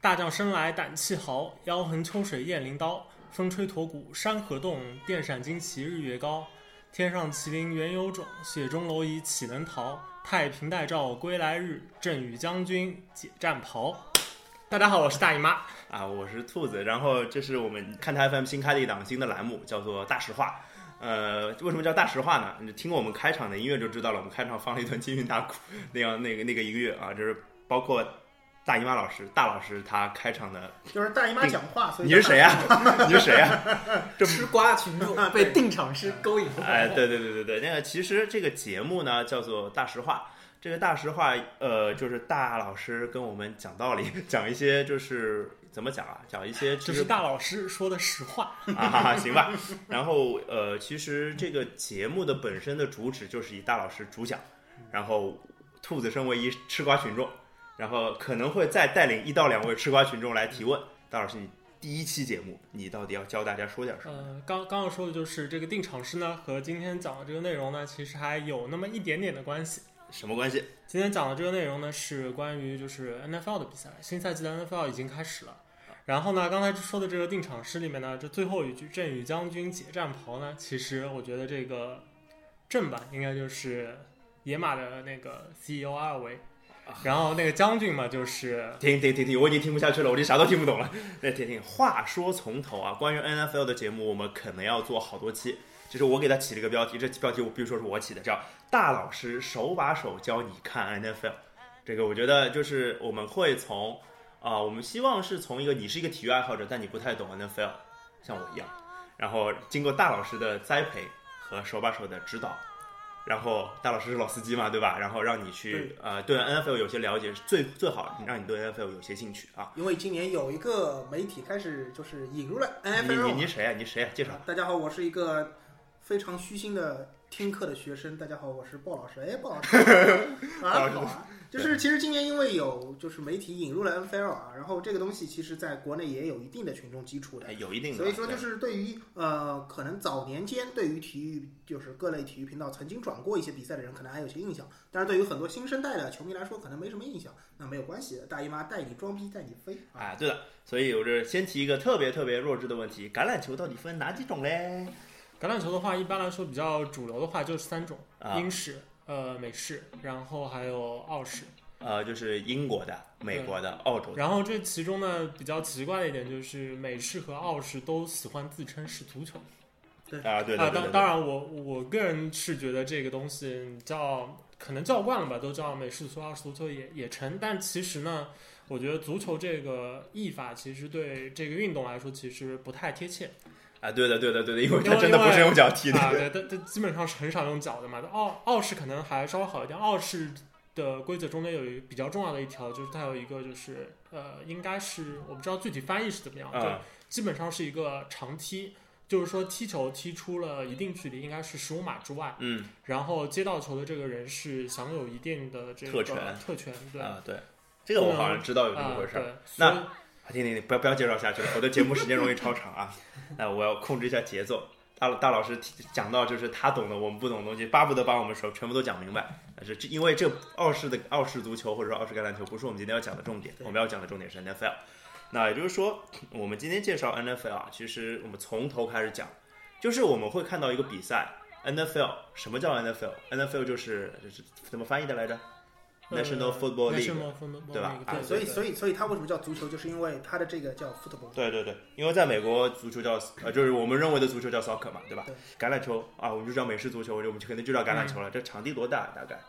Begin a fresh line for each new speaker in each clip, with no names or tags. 大将生来胆气豪，腰横秋水雁翎刀。风吹驼骨山河动，电闪旌旗日月高。天上麒麟原有种，雪中蝼蚁岂能逃？太平待诏归来日，正与将军解战袍。大家好，我是大姨妈。
啊，我是兔子，然后这是我们看台 FM 新开的一档新的栏目，叫做《大实话》。呃，为什么叫大实话呢？你听过我们开场的音乐就知道了，我们开场放了一段 金韵大鼓那样那个那个音乐啊，就是包括大姨妈老师、大老师他开场的。
就是大姨妈讲话，所以
你是谁呀、啊你是谁呀、这
吃瓜群众
啊
被定场诗勾引。
哎，对对对对对，那个其实这个节目呢叫做大实话。这个大实话，呃，就是大老师跟我们讲道理，讲一些就是怎么讲啊，讲一些
这是大老师说的实话，
啊，行吧。然后呃，其实这个节目的本身的主旨就是以大老师主讲，然后兔子身为一吃瓜群众，然后可能会再带领一到两位吃瓜群众来提问。大老师，你第一期节目你到底要教大家说点什么？
呃，刚刚要说的就是这个定场诗呢，和今天讲的这个内容呢，其实还有那么一点点的关系。
什么关系？
今天讲的这个内容呢，是关于就是 NFL 的比赛，新赛季的 NFL 已经开始了。然后呢，刚才说的这个定场诗里面呢，这最后一句“正与将军解战袍”呢，其实我觉得这个正版应该就是野马的那个 CEO 阿尔维，然后那个将军嘛，就是
停停停停，我已经听不下去了，我已经啥都听不懂了。 那停停，话说从头啊，关于 NFL 的节目，我们可能要做好多期。就是我给他起了一个标题，这标题我比如说是我起的，叫“大老师手把手教你看 NFL”。这个我觉得就是我们会从啊、我们希望是从一个你是一个体育爱好者，但你不太懂 NFL，像我一样，然后经过大老师的栽培和手把手的指导，然后大老师是老司机嘛，对吧？然后让你去呃对 NFL 有些了解是最最好，让你对 NFL 有些兴趣啊。
因为今年有一个媒体开始就是引入了
你你
NFL
你谁啊？你谁啊？介绍。
大家好，我是一个非常虚心的听课的学生。大家好，我是鲍老师。哎，鲍老 师，啊，好啊。就是其实今年因为有就是媒体引入了 NFL 啊，然后这个东西其实在国内也有一定的群众基础的
哎，。有一定的，
所以说，
对
就是对于呃，可能早年间对于体育就是各类体育频道曾经转过一些比赛的人，可能还有些印象。但是对于很多新生代的球迷来说，可能没什么印象。那没有关系，大姨妈带你装逼带你飞啊！
啊，对的，所以我这先提一个特别特别弱智的问题：橄榄球到底分哪几种嘞？
橄榄球的话，一般来说比较主流的话就是三种：
啊
英式、呃美式，然后还有澳式。
呃，就是英国的、美国的、澳洲的。
然后这其中呢，比较奇怪的一点就是美式和澳式都喜欢自称是足球
啊，对
啊。
的，对的
当当，然我，我个人是觉得这个东西叫可能叫惯了吧，都叫美式足球、澳式足球也也成。但其实呢，我觉得足球这个译法其实对这个运动来说其实不太贴切。
对的啊，对的，对的，对的，因为
因
它
为
真的
因
不是
为
用脚踢的。
啊，对，但但基本上是很少用脚的嘛。澳澳式可能还稍微好一点，澳式的规则中间有一比较重要的一条，就是它有一个就是呃，应该是我不知道具体翻译是怎么样，
嗯
就基本上是一个长踢，就是说踢球踢出了一定距离，应该是十五码之外，
嗯，
然后接到球的这个人是享有一定的这
特
个
权
特权，对。啊
啊，对，这个我好像知道有这么回事儿。
对，
那
所以
啊停停停，不要不要介绍下去了，我的节目时间容易超长啊。那我要控制一下节奏。大大老师提讲到就是他懂的我们不懂的东西，巴不得把我们全全部都讲明白。但是这因为这澳式的澳式足球或者说澳式橄榄球不是我们今天要讲的重点，
对
我们要讲的重点是 NFL。那也就是说，我们今天介绍 NFL 啊，其实我们从头开始讲，就是我们会看到一个比赛 NFL，什么叫 NFL？NFL 就是就是怎么翻译的来着？National Football League。
呃 National Football
对吧
League，
啊
对
所以，
对
所以，所以它为什么叫足球，就是因为它的这个叫 football。
对对对，因为在美国足球叫呃，就是我们认为的足球叫 soccer 嘛，对吧？
对
橄榄球啊，我们就叫美式足球，我就我们就肯定就叫橄榄球了。这场地多大？大概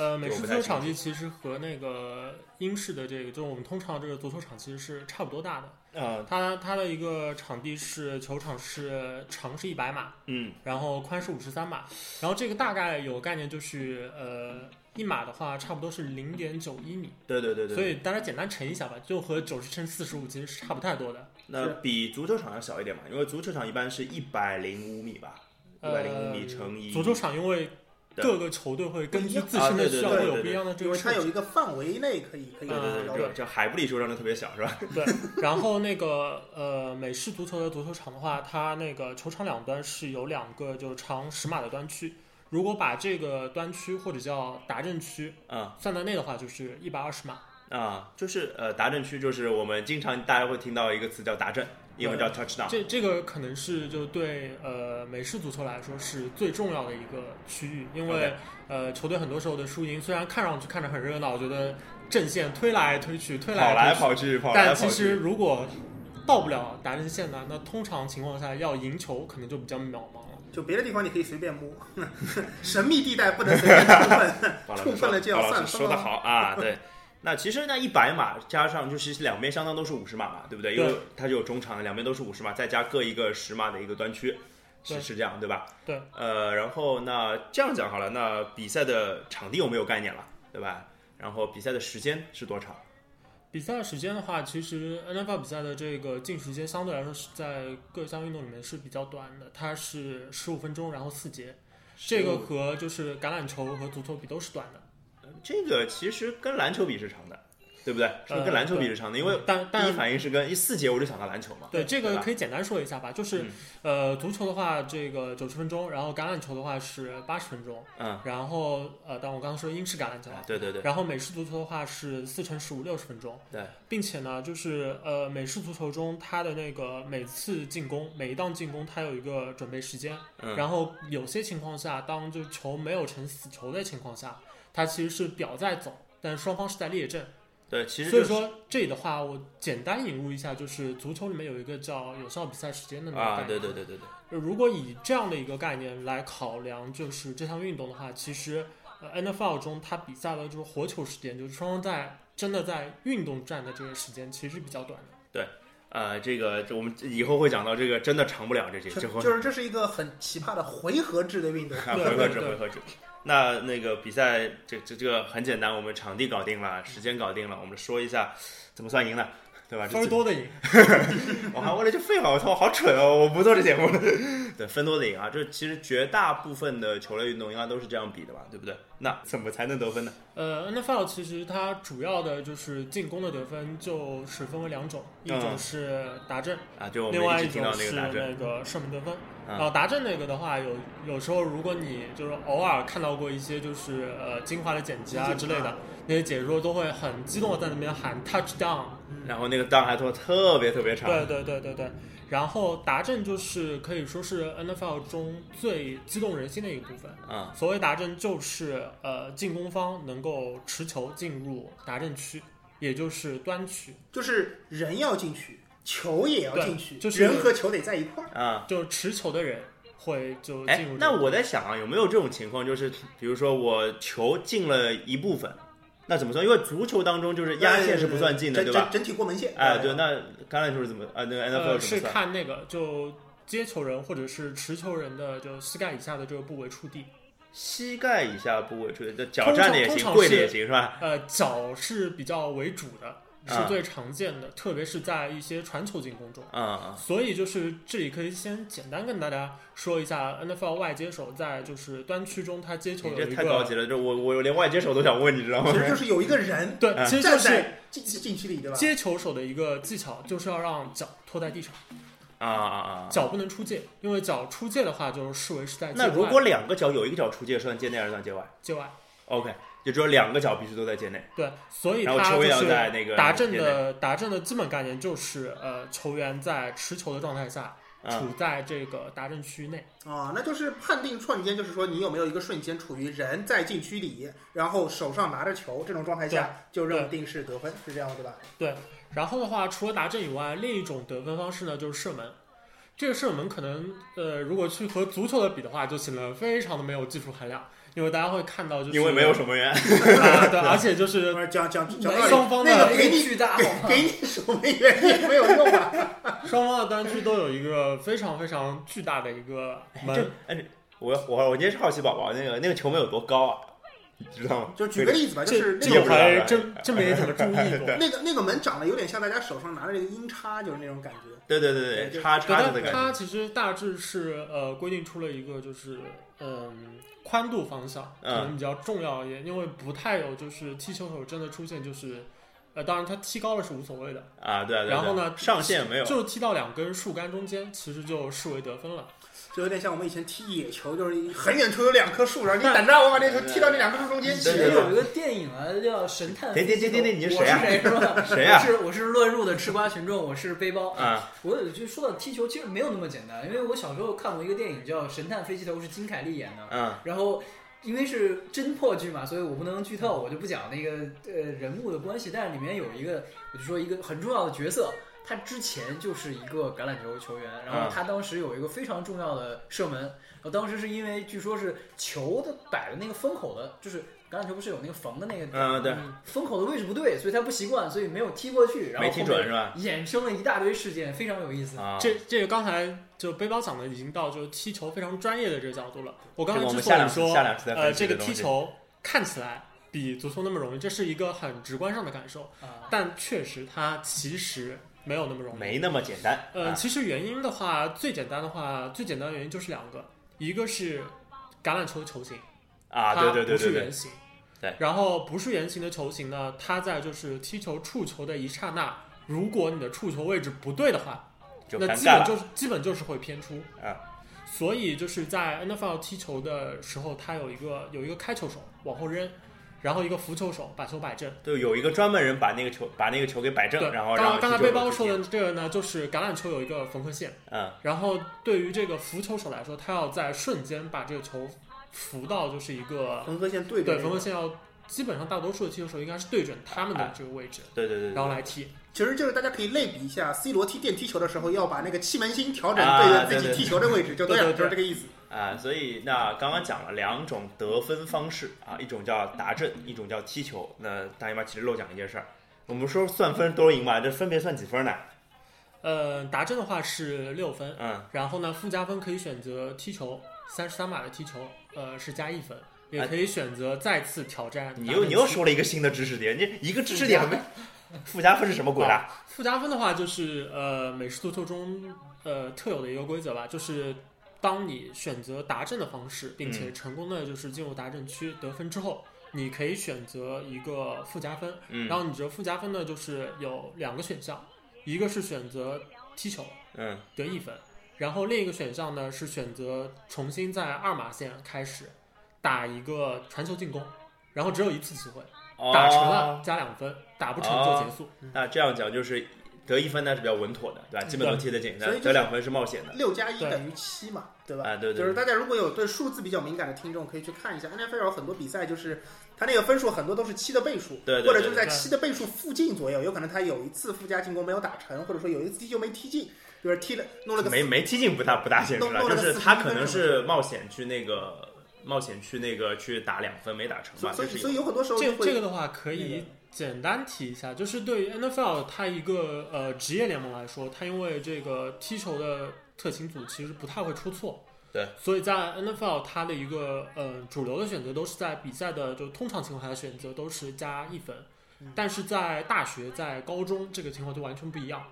呃，
这
美
我
式
不
足
太
球
清
场
楚
地其实和那个英式的这个，就是我们通常这个足球场其实是差不多大的。
呃
它它的一个场地是球场是长是一百码，
嗯
然后宽是五十三码，然后这个大概有概念就是呃一码的话差不多是零点九一米，
对对对对，
所以大家简单乘一下吧，就和九十乘四十五其实是差不太多的。
那比足球场要小一点嘛，因为足球场一般是一百零五米吧，一百零五
呃
米乘以
足球场因为
对
各个球队会根据自
啊
身的
对对
需要
对
会
对
有不
对
一样的这
因
个
为
设
它
计
有一个范围内可以可以
对啊对对
聊
对对，
的，
叫海布里球场就特别小是吧？
对， 然后那个呃，美式足球的足球场的话，它那个球场两端是有两个就是长十码的端区，如果把这个端区或者叫达阵区
嗯，
算在内的话，就是一百二十码。
啊，就是呃，达阵区就是我们经常大家会听到一个词叫达阵，英文叫 touchdown。
这这个可能是就对呃美式足球来说是最重要的一个区域，因为
OK
呃球队很多时候的输赢虽然看上去看着很热闹，我觉得阵线推来推去，推
跑来
来推去，
跑去，跑来
但
跑
其实
去。
如果到不了达阵线呢，那通常情况下要赢球可能就比较渺茫了。
就别的地方你可以随便摸， 神秘地带不能随便触碰。
宝老师
触犯了就要
宝老师
算
说的好 啊，对。那其实那一百码加上就是两边相当都是五十码嘛，对不对？因为
对
它就有中场，两边都是五十码，再加各一个十码的一个端区，是
对
是这样对吧？
对。
呃，然后那这样讲好了，那比赛的场地有没有概念了，对吧？然后比赛的时间是多长？
比赛时间的话，其实 N F L 比赛的这个净时间相对来说是在各项运动里面是比较短的，它是十五分钟，然后四节。这个和就是橄榄球和足球比都是短的，
这个其实跟篮球比是长的，对不对？是不是跟
呃
篮球比
对
是长的？因为
但
第一
但
反应是跟一四节我就想到篮球嘛。
对这
对
个
吧
可以简单说一下吧，就是、
嗯
呃，足球的话，这个九十分钟，然后橄榄球的话是八十分钟，
嗯，
然后呃，但我刚刚说英式橄榄球啊，
啊对对对，
然后美式足球的话是四乘十五六十分钟，
对，
并且呢，就是呃，美式足球中它的那个每次进攻，每一档进攻它有一个准备时间，
嗯，
然后有些情况下，当就球没有成死球的情况下，它其实是表在走，但双方是在列阵，
对，其实
所以
就是
说这里的话，我简单引入一下，就是足球里面有一个叫有效比赛时间的那个概
啊，
念，
对对对对对，
如果以这样的一个概念来考量，就是这项运动的话，其实呃 NFL 中它比赛的就是火球时间，就是双方在真的在运动战的这个时间其实是比较短的。
呃，这个这我们以后会讲到这个真的长不了这些，
就
这会
就是这是一个很奇葩的回合制 的运动，
啊，
对
回合
对
制，
对
回合制。那那个比赛，这这这个很简单，我们场地搞定了，时间搞定了，我们说一下怎么算赢呢？对吧？
分儿
这
多的赢，
我还为了这废话，我操，好蠢哦！我不做这节目了。 对，分多得赢啊，这其实绝大部分的球类运动应该都是这样比的吧，对不对？那怎么才能得分呢？
呃，NFL 其实它主要的就是进攻的得分就是分为两种，一种
嗯
是达阵，
啊，就我
另外
们一
一
直听
种
到那
是
个打针，
那个射门得分。然
啊
后达阵那个的话，有有时候如果你就是偶尔看到过一些就是呃精华的嗯剪辑啊之类的，那些解说都会很激动的在那边喊 touchdown。
然后那个档还拖特别特别长，
对对对对对。然后达阵就是可以说是 NFL 中最激动人心的一个部分。
啊，
所谓达阵，就是呃进攻方能够持球进入达阵区，也就是端区，
就是人要进去，球也要
对
进去，
就是
人和球得在一块儿。
啊。
就持球的人会就
哎
进入这个。，
那我在想啊，有没有这种情况，就是比如说我球进了一部分，那怎么算？因为足球当中就是压线是不算进的，
整
对吧？
整整体过门线。
哎，对，那橄榄球是怎么？啊，那个 NFL
呃，
怎
是
么算？
看那个就接球人或者是持球人的就膝盖以下的这个部位触地。
膝盖以下部位处，这脚站的也
通
行，
常
跪的也行，是吧？
呃，脚是比较为主的，
啊
是最常见的，特别是在一些传球进攻中。
嗯，
所以就是这里可以先简单跟大家说一下 NFL 外接手在就是端区中他接球
你
有
这
一
太高级
个
了，这我我连外接手都想问，你知道吗
其？实就是有一个 人
对
哎，
其实就
嗯站
是
在禁禁区里，对吧？
接球手的一个技巧，就是要让脚拖在地上，
啊啊啊！
脚不能出界，因为脚出界的话就是视为是在界
那如
外
果两个脚有一个脚出界，算界内还是算界外
界外。
？OK，也只有两个脚必须都在界内，
对，所以
然后
他
球
就
也要
是
在那个
达阵
界内
的达阵的基本概念就是，呃，球员在持球的状态下，
嗯
处在这个达阵区内。
啊，那就是判定瞬间，就是说你有没有一个瞬间处于人在禁区里，然后手上拿着球这种状态下，就认定是得分，是这样的，对吧？
然后的话，除了达阵以外，另一种得分方式呢就是射门。这个射门可能，呃，如果去和足球的比的话，就显得非常的没有技术含量，因为大家会看到就是
因为没有守门员，
啊，对，而且就是
不是讲讲讲
没
道
有
理，
双方的
那个给你
巨大好吗？
啊给你守门员也没有用啊。
双方的单区都有一个非常非常巨大的一个门
这，哎，我我我今天是好奇宝宝，那个那个球门有多高啊？你知道吗？
就举哎个例子吧，就
这
是
这
那
个
我
个
不知道
还
了
真真没怎么注意过。
那个那个门长得有点像大家手上拿着一个音叉，就是那种感觉。
对对对
对对
叉叉着的
对，但
感觉。
它其实大致是呃规定出了一个就是嗯宽度方向，可
嗯
能比较重要一点，因为不太有就是踢球手真的出现就是呃，当然他踢高了是无所谓的，
啊，对啊对啊对啊
然后呢
上限没有，
就踢到两根树干中间，其实就视为得分了。
就有点像我们以前踢野球，就是一很远处有两棵树，然后你等着我把那球踢到那两棵树中间
之
去。
前有一个电影啊，叫《神探
停
飞
停
机
停
头》，
停停你是谁啊
我是谁是 吧？
谁呀
啊
我是我是乱入的吃瓜群众，我是背包。
啊，
我就说到踢球，其实没有那么简单，因为我小时候看过一个电影叫《神探飞机头》，是金凯利演的。
嗯
然后因为是侦破剧嘛，所以我不能剧透，我就不讲那个呃人物的关系。但是里面有一个，我就说一个很重要的角色，他之前就是一个橄榄球球员，然
啊
后他当时有一个非常重要的射门，然后当时是因为据说是球的摆的那个风口的，就是橄榄球不是有那个缝的那个
嗯，对，
风口的位置不对，所以他不习惯，所以没有踢过去，然后
没踢准是吧？
衍生了一大堆事件，非常有意思。
啊，
这这个刚才就背包讲的已经到就是踢球非常专业的这个角度了。我刚
这
才
个我
之
们下
所以
两次
说
下两次再
呃
分析
这个
东
踢
西
球看起来比足球那么容易，这是一个很直观上的感受，
啊，
但确实它其实没有那么容易。
没那么简单，
呃，
啊
其实原因的话，最简单的话，最简单的原因就是两个，一个是橄榄球球形
啊，对对
它
对
不是
对对，
圆形，
对
然后不是圆形的球形呢，它在就是踢球触球的一刹那，如果你的触球位置不对的话，
就
那
尴
基
尬
本
了
就是基本就是会偏出
啊。
所以就是在 NFL 踢球的时候，它有一个有一个开球手往后扔，然后一个浮球手把球摆正。
就有一个专门人把那个球把那个球给摆正，
对，
然后让
刚
我
刚才
踢球
背包
就
说
踢
的这个呢，就是橄榄球有一个缝合线。
嗯
然后对于这个浮球手来说，他要在瞬间把这个球浮到就是一个
缝合线对着
对
那
缝合
个，
线要基本上大多数的踢球手应该是对准他们的这个位置，
对对对
然
对，
后来踢。
其实就是大家可以类比一下，C 罗踢电梯球的时候要把那个气门芯调整
啊
对着
对
自己
对
踢球的位置，就
对
了，
对对
就是这个意思。
啊，所以那刚刚讲了两种得分方式啊，一种叫达阵，一种叫踢球。那大姨妈其实漏讲一件事儿，我们说算分多赢嘛，这分别算几分呢？
呃，达阵的话是六分，
嗯，
然后呢附加分可以选择踢球，三十三码的踢球，呃是加一分，也可以选择再次挑战达阵
哎你
踢。
又你又说了一个新的知识点，你一个知识点还没，附加分是什么鬼啊？
附加分的话，就是呃美式足球中呃特有的一个规则吧，就是当你选择达阵的方式，并
嗯
且成功的就是进入达阵区得分之后，你可以选择一个附加分，
嗯
然后你这附加分呢就是有两个选项，一个是选择踢球
嗯
得一分，然后另一个选项呢是选择重新在二码线开始打一个传球进攻，然后只有一次机会，
哦
打成了加两分，打不成就结束。
那这样讲就是得一分呢是比较稳妥的，对吧？基本能踢得进，
所以
那
就是
得两分是冒险的。
六加一
对
等于七嘛，对吧？
啊对对
就是大家如果有对数字比较敏感的听众，可以去看一下 NFL 很多比赛，就是它那个分数很多都是七的倍数，
对对
或者就是在
对
七的倍数附近左右，有可能他有一次附加进攻没有打成，或者说有一次踢球没踢进，比如踢了弄了个
没没踢进不大不大现实
弄弄
了，就
了个
是
四十
他
一
可
分
能
是吧
是冒险去那个冒险去那个去打两分没打成
所
吧，
以所以
这是
所以有很多时候
这
就
个这
会
个的话可
那
以
个
简单提一下，就是对于 NFL 它一个呃职业联盟来说，它因为这个踢球的特勤组其实不太会出错，
对，
所以在 NFL 它的一个呃主流的选择都是在比赛的就通常情况下的选择都是加一分
嗯，
但是在大学在高中这个情况就完全不一样，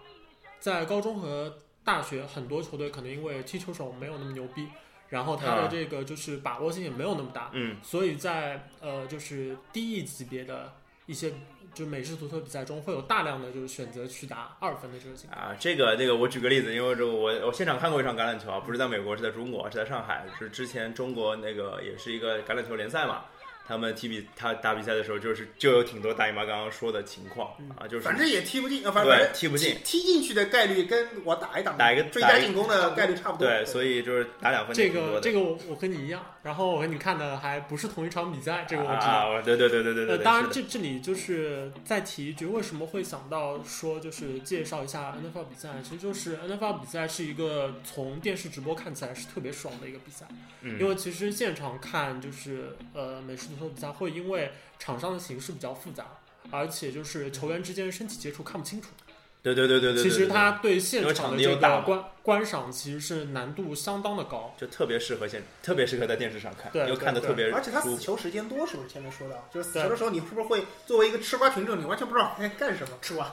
在高中和大学很多球队可能因为踢球手没有那么牛逼，然后他
啊
的这个就是把握性也没有那么大，
嗯
所以在呃就是低一级别的一些就美式足球比赛中，会有大量的就是选择去打二分的这个情况。
啊，这个那个我举个例子，因为这个我我现场看过一场橄榄球啊，不是在美国，是在中国，是在上海，是之前中国那个也是一个橄榄球联赛嘛。他们踢比他打比赛的时候，就是就有挺多大姨妈刚刚说的情况啊，就是
反正也踢不进，啊反正
对踢不进，
踢进去的概率跟我打一打
打一个
追
打
加
一个
进攻的概率差不多。
对，所以就是打两分
这
挺
个
多的
这个我我跟你一样，然后我跟你看的还不是同一场比赛，这个我知道。
啊，对对对对对对
呃，
对，
当然
是的
这这里就是再提一句，为什么会想到说就是介绍一下 NFL 比赛？其实就是 NFL 比赛是一个从电视直播看起来是特别爽的一个比赛。
嗯
因为其实现场看就是呃美式足球比赛会因为场上的形势比较复杂，而且就是球员之间身体接触看不清楚。
对对对对对，
其
对
实
对
它对
因
现
为
场
场
的
地
这
又大
个观观赏其实是难度相当的高。
就特别适合现，特别适合在电视上看，
对
又看的特别
而且他
舒
死
服。
球时间多，是不是前面说的？就是死
对
球的时候，你是不是会作为一个吃瓜群众，你完全不知道哎干什么？
吃瓜，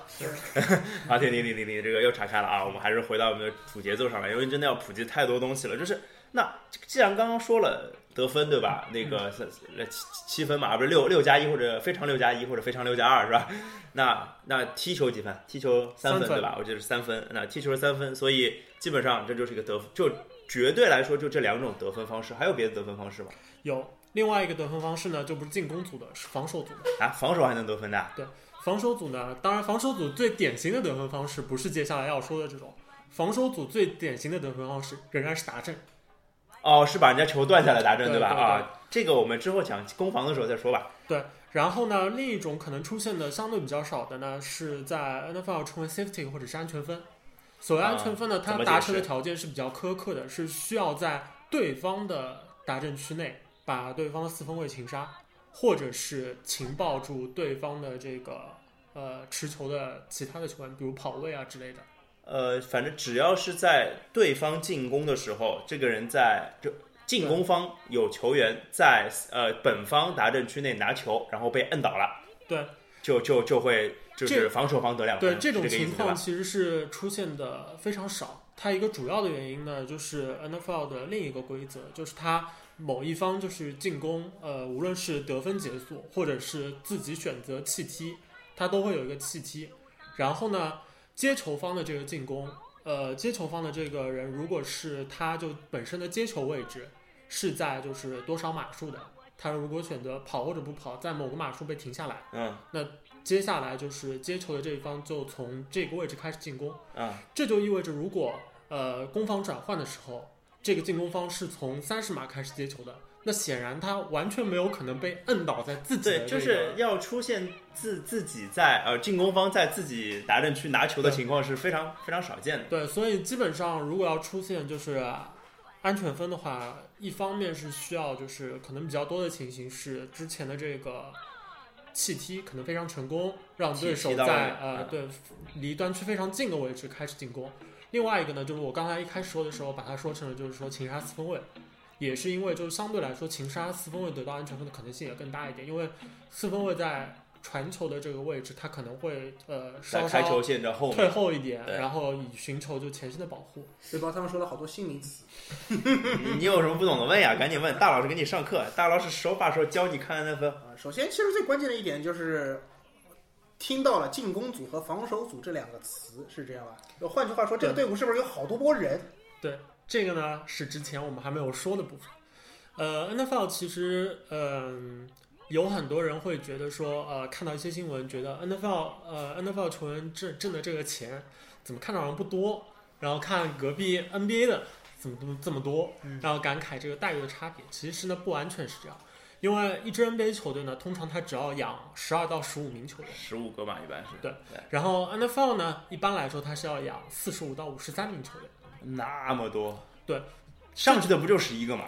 啊，停停停停停，这个又岔开了啊！我们还是回到我们的主节奏上来，因为真的要普及太多东西了。就是那既然刚刚说了得分对吧？那个三呃七七分嘛，不是六六加一或者非常六加一或者非常六加二是吧？那那踢球几分？踢球三
三分
对吧？我记得是三分。那踢球是三分，所以基本上这就是一个得分，就绝对来说就这两种得分方式，还有别的得分方式吗？
有另外一个得分方式呢，就不是进攻组的，是防守组的。
啊，防守还能得分的？
防守组呢，当然防守组最典型的得分方式不是接下来要说的这种，防守组最典型的得分方式仍然是打阵。
哦，是把人家球断下来打针
对
吧？
对
啊，这个我们之后讲攻防的时候再说吧。
然后呢，另一种可能出现的相对比较少的呢，是在 NFL 称为 safety 或者是安全分。所谓安全分呢，
啊怎
它
么
达
解释
成的条件是比较苛刻的，是需要在对方的达阵区内把对方的四分卫擒杀，或者是情报住对方的这个呃持球的其他的球员，比如跑位啊之类的。
呃，反正只要是在对方进攻的时候，这个人在就进攻方有球员在呃本方达阵区内拿球，然后被摁倒了，
对，
就就就会就是
这
防守方得两分，
对这种
是个意
情
思对吧
况？其实是出现的非常少。它一个主要的原因呢，就是 NFL 的另一个规则，就是它某一方就是进攻，呃，无论是得分结束，或者是自己选择弃踢，它都会有一个弃踢。然后呢，接球方的这个进攻，呃，接球方的这个人，如果是他就本身的接球位置是在就是多少码数的，他如果选择跑或者不跑，在某个码数被停下来。
嗯
接下来就是接球的这一方就从这个位置开始进攻，
嗯，
这就意味着如果呃攻防转换的时候，这个进攻方是从三十码开始接球的，那显然他完全没有可能被摁倒在自己的、
对，
这个、
就是要出现自自己在呃进攻方在自己达阵区拿球的情况是非常非常少见的。
对，所以基本上如果要出现就是安全分的话，一方面是需要就是可能比较多的情形是之前的这个弃踢可能非常成功，让对
弃
手
踢到
在
位
呃
嗯
对离端区非常近的位置开始进攻。另外一个呢，就是我刚才一开始说的时候，把它说成了就是说擒杀四分卫，也是因为就是相对来说擒杀四分卫得到安全分的可能性也更大一点，因为四分卫在传球的这个位置，他可能会呃
在
稍
开
稍
球线的后
退
面，
后一点，
对
然后以寻求就前身的保护。
所以包括他们说了好多新名词，
你你有什么不懂的问呀？赶紧问，大老师给你上课，大老师手把手教你看那分。
啊，首先，其实最关键的一点就是听到了进攻组和防守组这两个词，是这样吧？就换句话说，这个队伍是不是有好多波人？
这个呢是之前我们还没有说的部分。呃，NFL 其实，嗯、有很多人会觉得说，呃，看到一些新闻，觉得 NFL，呃，NFL 球员挣挣的这个钱怎么看着好像不多，然后看隔壁 NBA 的怎么怎么这么多，
嗯
然后感慨这个待遇的差别。其实呢，不完全是这样，因为一支 NBA 球队呢，通常它只要养十二到十五名球员。
十五个吧，一般是。
对然后 NFL 呢，一般来说它是要养四十五到五十三名球员，
那么多，
对，
上去的不就十一个嘛？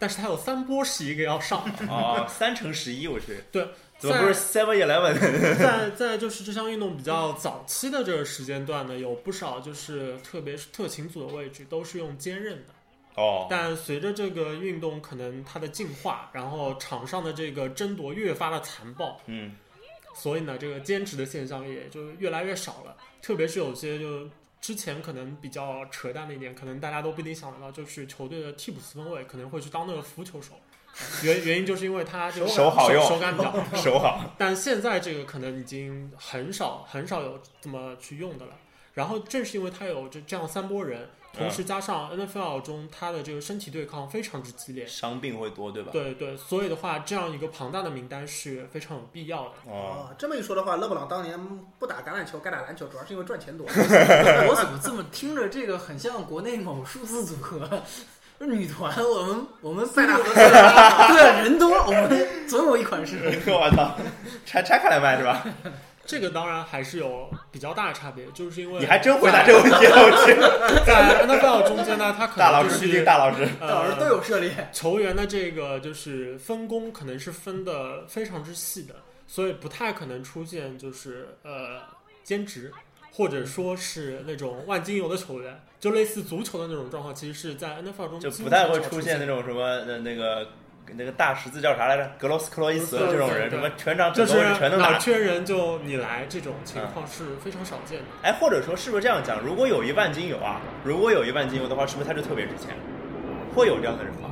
但是它有三波十一个要上。
哦，三乘十一，我去，
对，
怎么不是 Seven Eleven？
在在就是这项运动比较早期的这个时间段呢，有不少就是特别是特勤组的位置都是用坚韧的，
哦，
但随着这个运动可能它的进化，然后场上的这个争夺越发的残暴，
嗯，
所以呢，这个兼职的现象也就越来越少了。特别是有些就之前可能比较扯淡的一点，可能大家都不一定想得到，就是球队的替补四分卫可能会去当那个浮球手， 原原因就是因为他这个
手好用
手感比较好。
手好，
但现在这个可能已经很少很少有这么去用的了。然后正是因为它有这这样三波人，同时加上 NFL 中它的这个身体对抗非常之激烈，
伤病会多，对吧？
对对，所以的话，这样一个庞大的名单是非常有必要的。
哦，
啊，这么一说的话，勒布朗当年不打橄榄球，该打篮球，主要是因为赚 钱多。
我怎么这么听着这个很像国内某数字组合？女团，我们我们
塞纳河
对啊人多，我们总有一款是。
我操，拆拆开来卖是吧？
这个当然还是有比较大的差别，就是因为
你还真回答这个问题，我去，
在 NFL 中间呢，它可
大
能
老
就
师，毕竟
是
大老师，
嗯
老师都
呃
有涉猎，
球员的这个就是分工可能是分的非常之细的，所以不太可能出现就是呃兼职。或者说是那种万金油的球员，就类似足球的那种状况，其实是在 NFL 中
就
几乎
不太
很
会
少
出
出
现那种什么呃那那个那个大十字叫啥来着？格罗斯克洛伊斯
格罗斯
这种人，
对
什么全场
就
整个
是
位置全能
哪
打
儿。缺人就你来这种
嗯
情况是非常少见的。
哎，或者说是不是这样讲？如果有一万金油啊，如果有一万金油的话，是不是他就特别值钱？会有这样的人吗？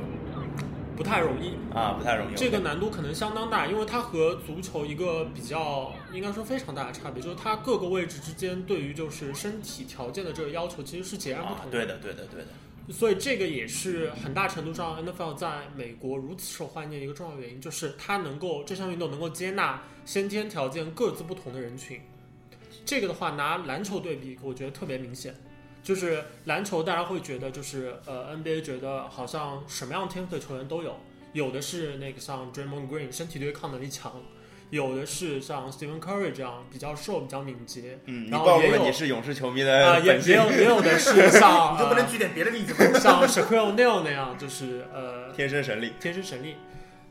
不太容易。
啊，不太容易。
这个难度可能相当大，因为它和足球一个比较，应该说非常大的差别，就是它各个位置之间对于就是身体条件的这个要求其实是截然不
啊
同，的。
对的，对的，对的。
所以这个也是很大程度上 NFL 在美国如此受欢迎的一个重要原因，就是它能够这项运动能够接纳先天条件各自不同的人群。这个的话，拿篮球对比，我觉得特别明显。就是篮球，大家会觉得就是呃，NBA 觉得好像什么样天赋的球员都有，有的是那个像 Draymond Green 身体对抗能力强，有的是像 Stephen Curry 这样比较瘦、比较敏捷，
嗯，你
然后
暴露
也
了
有
你是勇士球迷
啊、
的
也
本
也
性。
有也有的是像
哎 你就不
呃
能举点别的例子吗？
像 Shaquille O'Neal 那样，就是呃
天生神力，
天生神力。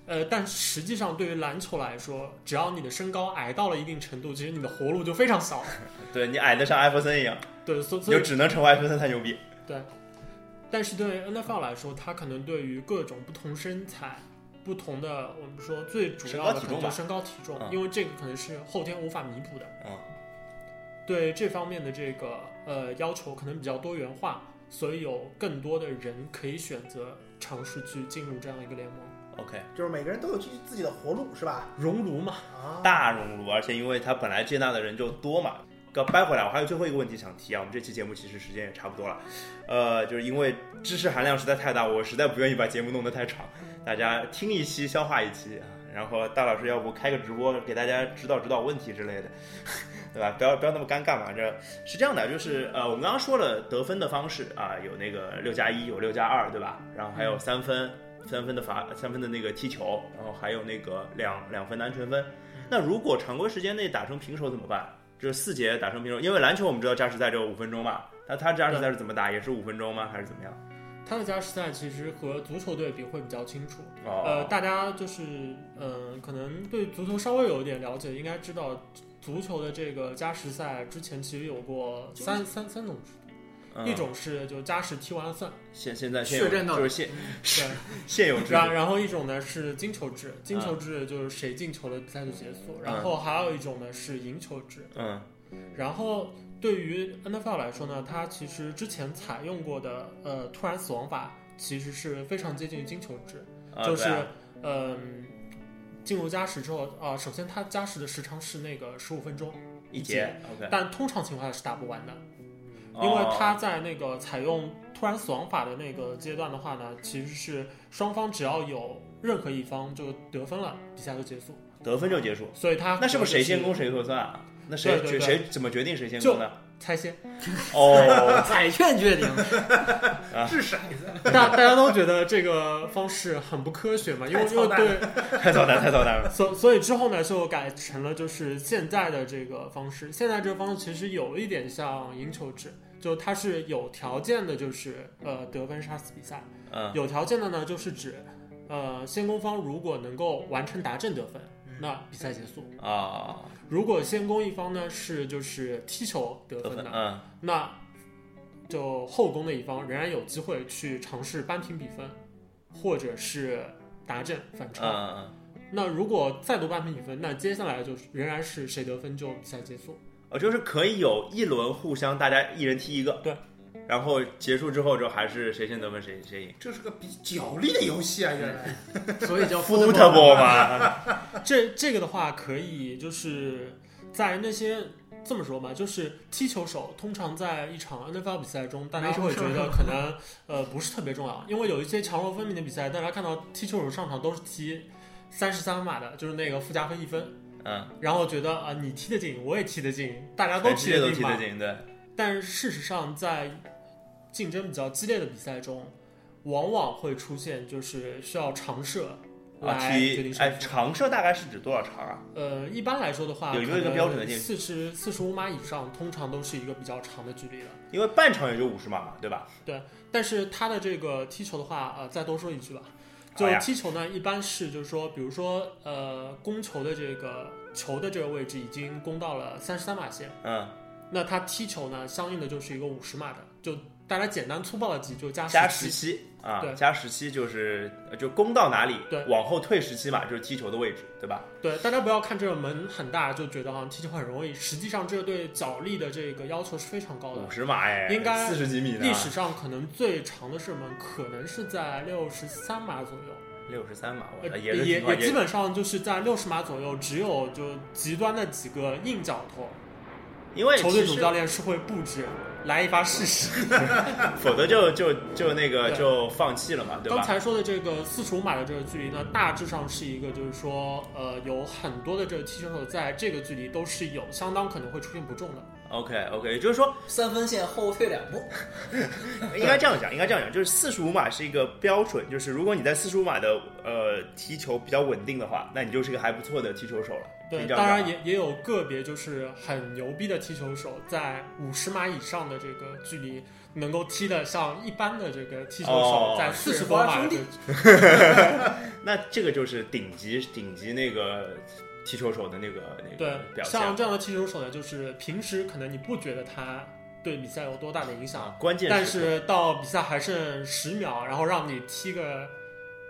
呃，但实际上对于篮球来说，只要你的身高矮到了一定程度，其实你的活路就非常小了。
对你矮的像艾弗森一样，
对，所
你
所
就
以，
只能成为艾弗森才牛逼。
但是对于 NFL 来说，它可能对于各种不同身材、不同的，我们说最主要的可
身高体重
能
吧
就是身高体重，
嗯
因为这个可能是后天无法弥补的。
嗯，
对这方面的这个呃要求可能比较多元化，所以有更多的人可以选择尝试去进入这样一个联盟，
OK，
就是每个人都有自己自己的活路，是吧？
熔炉嘛。
啊，
大熔炉，而且因为它本来接纳的人就多嘛。刚掰回来，我还有最后一个问题想提啊，我们这期节目其实时间也差不多了，呃，就是因为知识含量实在太大，我实在不愿意把节目弄得太长，大家听一期消化一期啊。然后大老师要不开个直播给大家指导指导问题之类的， 对吧？不要不要那么尴尬嘛。这是这样的，就是呃，我们刚刚说了得分的方式啊、有那个六加一，有六加二，对吧？然后还有三分，三分的罚，三分的那个踢球，然后还有那个两两分的安全分。那如果常规时间内打成平手怎么办？这四节打成平手，因为篮球我们知道加时赛只有五分钟嘛，那他加时赛是怎么打？也是五分钟吗？还是怎么样？
他的加时赛其实和足球对比会比较清楚。
哦，
呃，大家就是呃，可能对足球稍微有一点了解，应该知道足球的这个加时赛之前其实有过
就是
三三三种制度，
嗯
一种是就加时踢完了 算，
现现在现有
血战到
就是现
对，
现有制
然
度，
然后一种呢是金球制，
嗯
金球制就是谁进球了比赛就结束，然后还有一种呢是赢球制，
嗯
然后对于 NFL 来说呢，它其实之前采用过的呃突然死亡法其实是非常接近于金球制，
啊
就是
对啊
嗯、进入加时之后啊、首先它加时的时长是那个十五分钟，
一节，OK，
但通常情况下是打不完的，
哦
因为它在那个采用突然死亡法的那个阶段的话呢，其实是双方只要有任何一方就得分了，比赛就结束，
得分就结束，
所以它
那是不是谁先
就
攻谁说算啊？那谁
对
决
对对
谁怎么决定谁先攻呢？
猜先？
哦，
嗯
彩券决定，
掷骰子，
大大家都觉得这个方式很不科学嘛，因为
太
因为
操蛋
对，
太操蛋，太操蛋了。
所所以之后呢，就改成了就是现在的这个方式。现在这个方式其实有一点像赢球制，就它是有条件的，就是呃得分杀死比赛。
嗯，
有条件的呢，就是指呃先攻方如果能够完成达阵得分，
嗯
那比赛结束；
啊，
如果先攻一方呢是就是踢球得
得
分啊
分，
的，
嗯，
那就后攻的一方仍然有机会去尝试扳平比分，或者是达阵反超。
嗯嗯，
那如果再多半平比分，那接下来就是仍然是谁得分就比赛结 束。
哦，就是可以有一轮互相大家一人踢一个，
对，
然后结束之后就还是谁先得分谁谁赢
这是个比角力的游戏啊！原来
所以叫
，football 嘛，
这这个的话，可以就是在那些这么说吧，就是踢球手通常在一场 NFL 比赛中，大家
没什么
会
事
觉
儿
得可能呃不是特别重要，因为有一些强弱分明的比赛，大家看到踢球手上场都是踢三十三码的，就是那个附加分一分，
嗯，
然后觉得啊、你踢得进，我也踢得进，大家都
全世
踢
界都
得
踢
进嘛
得，进，对，
但是事实上，在竞争比较激烈的比赛中，往往会出现就是需要长射
啊，
来决定
踢，
胜
哎，
负。
长射大概是指多少长啊？
呃，一般来说的话，
有一个一个标准的进
四十四十五码以上，通常都是一个比较长的距离了。
因为半场也就五十码嘛，对吧？
但是他的这个踢球的话，呃，再多说一句吧，就
哎呀
踢球呢，一般是就是说，比如说呃，攻球的这个球的这个位置已经攻到了三十三码线，
嗯，
那他踢球呢，相应的就是一个五十码的，就大家简单粗暴的记，就加
加
十
十七啊，
对
加十七就是呃就攻到哪里，
对
往后退十七码就是踢球的位置，对吧？
对，大家不要看这个门很大就觉得好像踢球很容易，实际上这对脚力的这个要求是非常高的
五。十码哎，
哦应该
四十几米呢，
历史上可能最长的射门可能是在六十三码左右，
六十三码，我
呃
也是
也
挺高
也基本上就是在六十码左右，只有就极端的几个硬脚投，
因为
球队
其
主
实
教练是会布置来一发试试。
否则就就就那个
对
就放弃了嘛，对
刚
吧？
才说的这个四十五码的这个距离呢，大致上是一个就是说，呃，有很多的这个踢球手在这个距离都是有相当可能会出现不中的。
OK OK，也就是说
三分线后退两步，
啊
应该这样讲，应该这样讲，就是四十五码是一个标准，就是如果你在四十五码的呃踢球比较稳定的话，那你就是一个还不错的踢球手了。可
对，
以这样
当
讲啊
然
吧
也也有个别就是很牛逼的踢球手，在五十码以上的这个距离能够踢得像一般的这个踢球
哦
手在四十
是
多
花
码的
兄
这
弟
个
那这个就是顶级顶级那个踢球手的那个那个
对，
表现。
像这样的踢球手呢，就是平时可能你不觉得他对比赛有多大的影响，
啊，关键
但
时刻
是到比赛还剩十秒，然后让你踢个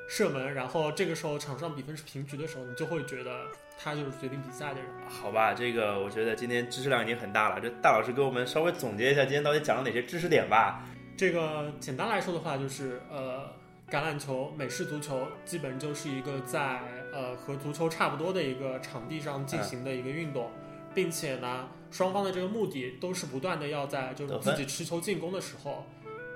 射门，然后这个时候场上比分是平局的时候，你就会觉得他就是决定比赛的人。
好吧，这个我觉得今天知识量已经很大了，这大老师给我们稍微总结一下今天到底讲了哪些知识点吧。
这个简单来说的话，就是呃，橄榄球、美式足球基本就是一个在呃和足球差不多的一个场地上进行的一个运动，并且呢，双方的这个目的都是不断的要在就是
得分
自己持球进攻的时候，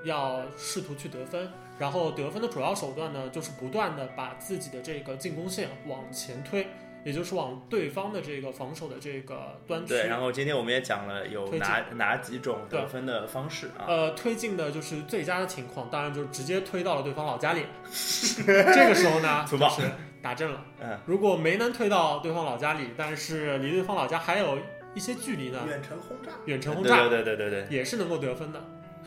要试图去得分。然后得分的主要手段呢，就是不断的把自己的这个进攻线往前推，也就是往对方的这个防守的这个端区。
对，然后今天我们也讲了有
推荐
哪哪几种得
对
分的方式啊。
呃，推进的就是最佳的情况，当然就是直接推到了对方老 家里。这个时候呢，
粗
就
暴
是打正了。
嗯，
如果没能推到对方老家里，但是离对方老家还有一些距离呢，
远程轰炸，
远程
对
轰炸
对对对对对，
也是能够得分的，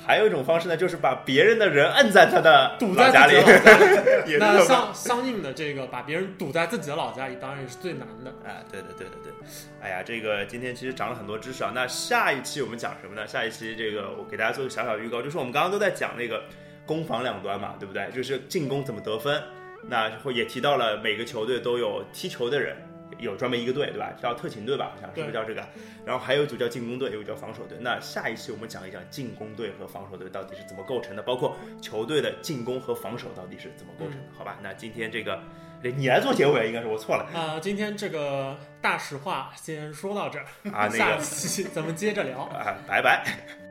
还有一种方式呢，就是把别人的人摁在他的
堵
老
在
家里
自己，的老家里。
也是
那
得分
相相应的这个把别人堵在自己的老家里，当然也是最难 的。
啊，对对对对对，哎呀，这个今天其实长了很多知识啊。那下一期我们讲什么呢？下一期这个我给大家做个小小预告，就是我们刚刚都在讲那个攻防两端嘛，对不对？就是进攻怎么得分，那会也提到了每个球队都有踢球的人。有专门一个队，对吧？叫特勤队吧，好像是不是
对
叫这个？然后还有一组叫进攻队，有一个叫防守队。那下一期我们讲一讲进攻队和防守队到底是怎么构成的，包括球队的进攻和防守到底是怎么构成
嗯
的，好吧？那今天这个，你来做结尾，应该是我错了
啊、今天这个大实话先说到这儿，
啊。那
下
个
期咱们接着聊。
啊，拜拜。